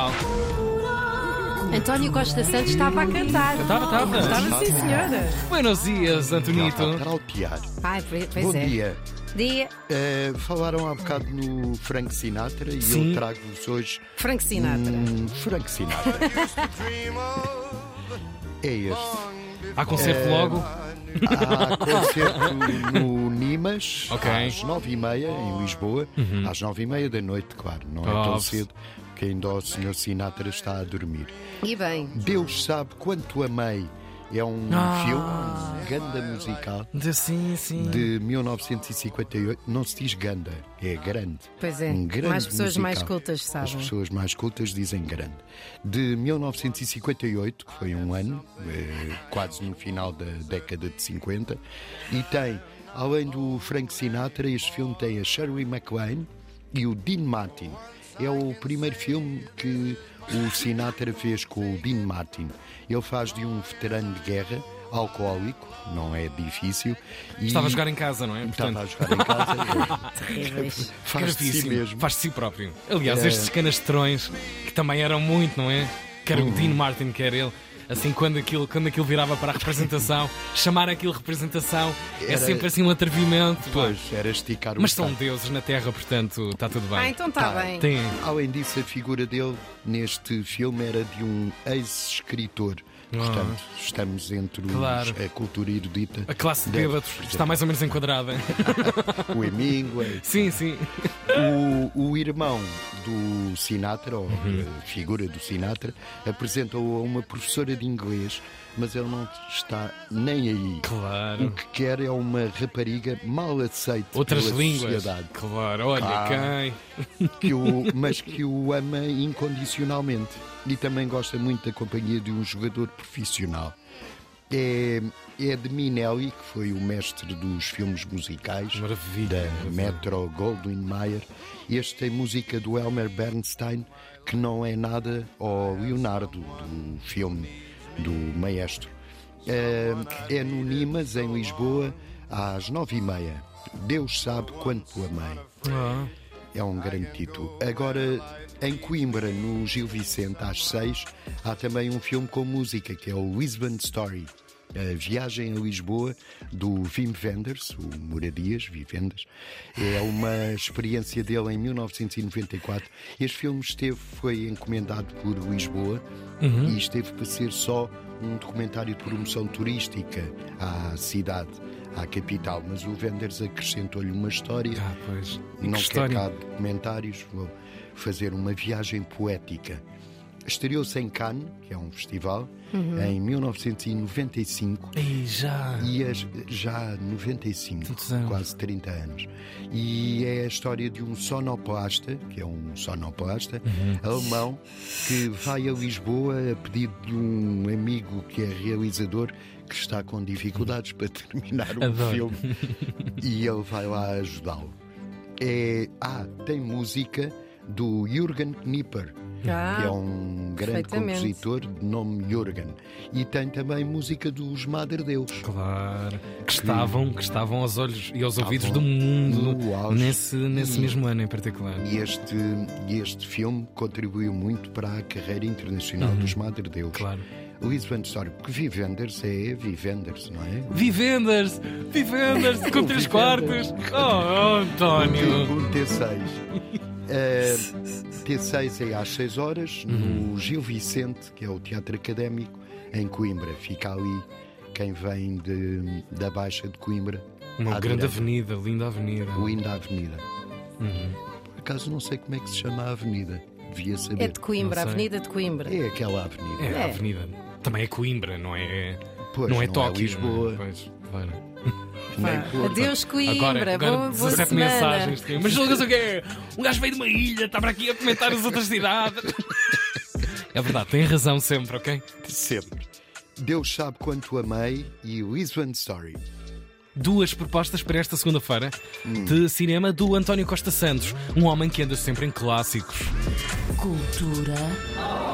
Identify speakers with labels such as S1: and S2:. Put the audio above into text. S1: Estava,
S2: António Costa Santos estava a cantar.
S1: estava.
S2: Estava, sim, senhora.
S1: Buenos dias, Antonito.
S3: Está a alpear.
S2: Ai, pois
S3: Bom
S2: é.
S3: dia.
S2: Dia
S3: Eh, falaram há bocado no Frank Sinatra e
S1: Sim.
S3: eu trago-vos hoje
S2: Frank Sinatra.
S3: um Frank Sinatra. é este.
S1: Há concerto logo.
S3: Há concerto no Nimas
S1: Ok. Uhum.
S3: às nove e meia em Lisboa, às nove e meia da noite, claro, não é tão
S1: Óbvio.
S3: cedo que ainda o Sr. Sinatra está a dormir.
S2: E bem,
S3: Deus sabe quanto amei. É um
S1: Ah.
S3: filme, um ganda musical.
S1: De, sim, sim.
S2: é?
S3: de 1958 não se diz ganda, é grande.
S2: Pois é,
S3: Um grande
S2: mais pessoas
S3: musical.
S2: mais cultas sabem.
S3: As pessoas mais cultas dizem grande. De 1958, que foi um ano, eh, quase no final da década de 50, e tem, além do Frank Sinatra, este filme tem a Shirley MacLaine e o Dean Martin. É o primeiro filme que o Sinatra fez com o Dean Martin. Ele faz de um veterano de guerra, alcoólico, não é difícil. E
S1: Estava a jogar em casa, não é?
S3: Estava
S1: Portanto,
S3: a jogar em casa.
S2: terríveis.
S3: faz de si
S1: gravíssimo.
S3: mesmo.
S1: Faz de si próprio. Eh, Aliás, estes canastrões, que também eram muito, não é? Quer o Dean Martin, quer ele. Assim, quando aquilo, quando aquilo virava para a representação, chamar aquilo representação é
S3: Era-
S1: sempre assim um atrevimento. pá.
S3: Pois, era esticar o
S1: Mas são
S3: saco.
S1: deuses na Terra, portanto, está tudo bem.
S2: Ah, então está
S3: Tá.
S2: bem.
S1: Tem.
S3: Além disso, a figura dele neste filme era de um ex-escritor. Portanto, estamos entre os-
S1: Claro.
S3: a cultura erudita.
S1: A classe de
S3: Deve,
S1: bêbados
S3: por exemplo.
S1: está mais ou menos enquadrada.
S3: O Hemingway.
S1: Sim, sim.
S3: O, o irmão do Sinatra, ou a figura do Sinatra, apresenta-o a uma professora de inglês, mas ele não está nem aí. O
S1: Claro.
S3: que quer é uma rapariga mal aceita
S1: Outras
S3: pela
S1: línguas.
S3: sociedade.
S1: Claro, olha,
S3: Claro.
S1: quem.
S3: que o, mas que o ama incondicionalmente e também gosta muito da companhia de um jogador profissional. É, é de Minelli, que foi o mestre dos filmes musicais
S1: Maravilha.
S3: da Metro Goldwyn Mayer. Este tem música do Elmer Bernstein, que não é nada ao Leonardo, do filme do maestro. É, é no Nimas, em Lisboa, às nove e meia. Deus sabe quanto amei.
S1: Ah,
S3: É um grande título. Agora, em Coimbra, no Gil Vicente, às seis, há também um filme com música, que é o Lisbon Story. A viagem a Lisboa do Wim Wenders, o Moradias, Vivendas, é uma experiência dele em 1994. Este filme esteve, foi encomendado por Lisboa e esteve para ser só um documentário de promoção turística à cidade, à capital. Mas o Wenders acrescentou-lhe uma história
S1: ah, pois. E que
S3: não quer
S1: história.
S3: cá documentários, vou fazer uma viagem poética. Estreou-se em Cannes, que é um festival, em 1995
S1: Ei, já.
S3: e as, já há 95,
S1: Tantos anos.
S3: quase 30 anos. E é a história de um sonoplasta, que é um sonoplasta alemão, que vai a Lisboa a pedido de um amigo que é realizador que está com dificuldades para terminar o
S1: Adoro.
S3: filme e ele vai lá ajudá-lo. É, ah, tem música do Jürgen Knipper, que é
S2: Ah,
S3: um grande
S2: perfeitamente.
S3: compositor de nome Jürgen. E tem também música dos Madre Deus.
S1: Claro. Que estavam, que estavam aos olhos e aos ouvidos do
S3: Estavam no
S1: mundo
S3: auge.
S1: nesse, nesse
S3: E-
S1: mesmo ano em particular.
S3: E este, e este filme contribuiu muito para a carreira internacional dos Madre Deus.
S1: Uhum. Claro.
S3: Lisbon Story, porque Vivenders é Vivenders, não é?
S1: Vivendas! Vivendas! Com três quartos! Oh, António!
S3: Um T6. Eh, T6 é às 6 horas,
S1: Uhum.
S3: no Gil Vicente, que é o Teatro Académico, em Coimbra. Fica ali quem vem de- da Baixa de Coimbra.
S1: Uma
S3: à
S1: grande
S3: direita.
S1: avenida, linda avenida. Uhum.
S3: Linda Avenida. Por acaso não sei como é que se chama a avenida. Devia
S2: é
S3: saber.
S2: de Coimbra,
S1: Não sei.
S2: Avenida de Coimbra.
S3: É aquela avenida.
S1: É, a
S2: É.
S1: avenida. Também é Coimbra, não é?
S3: Pois,
S1: não é
S3: não é
S1: Tóquio. não
S3: Lisboa.
S1: é? Pois, claro.
S3: Nem
S2: Pá,
S3: Porto.
S2: Adeus, Coimbra.
S1: é, Agora, agora
S2: boa, boa
S1: 17
S2: semana.
S1: mensagens. que- Mas julgas o quê? Um gajo veio de uma ilha, estava aqui a comentar as outras cidades. É verdade, tem razão sempre, ok?
S3: Sempre. Deus sabe quanto amei e Lisbon Story.
S1: Duas propostas para esta segunda-feira de cinema do António Costa Santos, um homem que anda sempre em clássicos.
S4: Cultura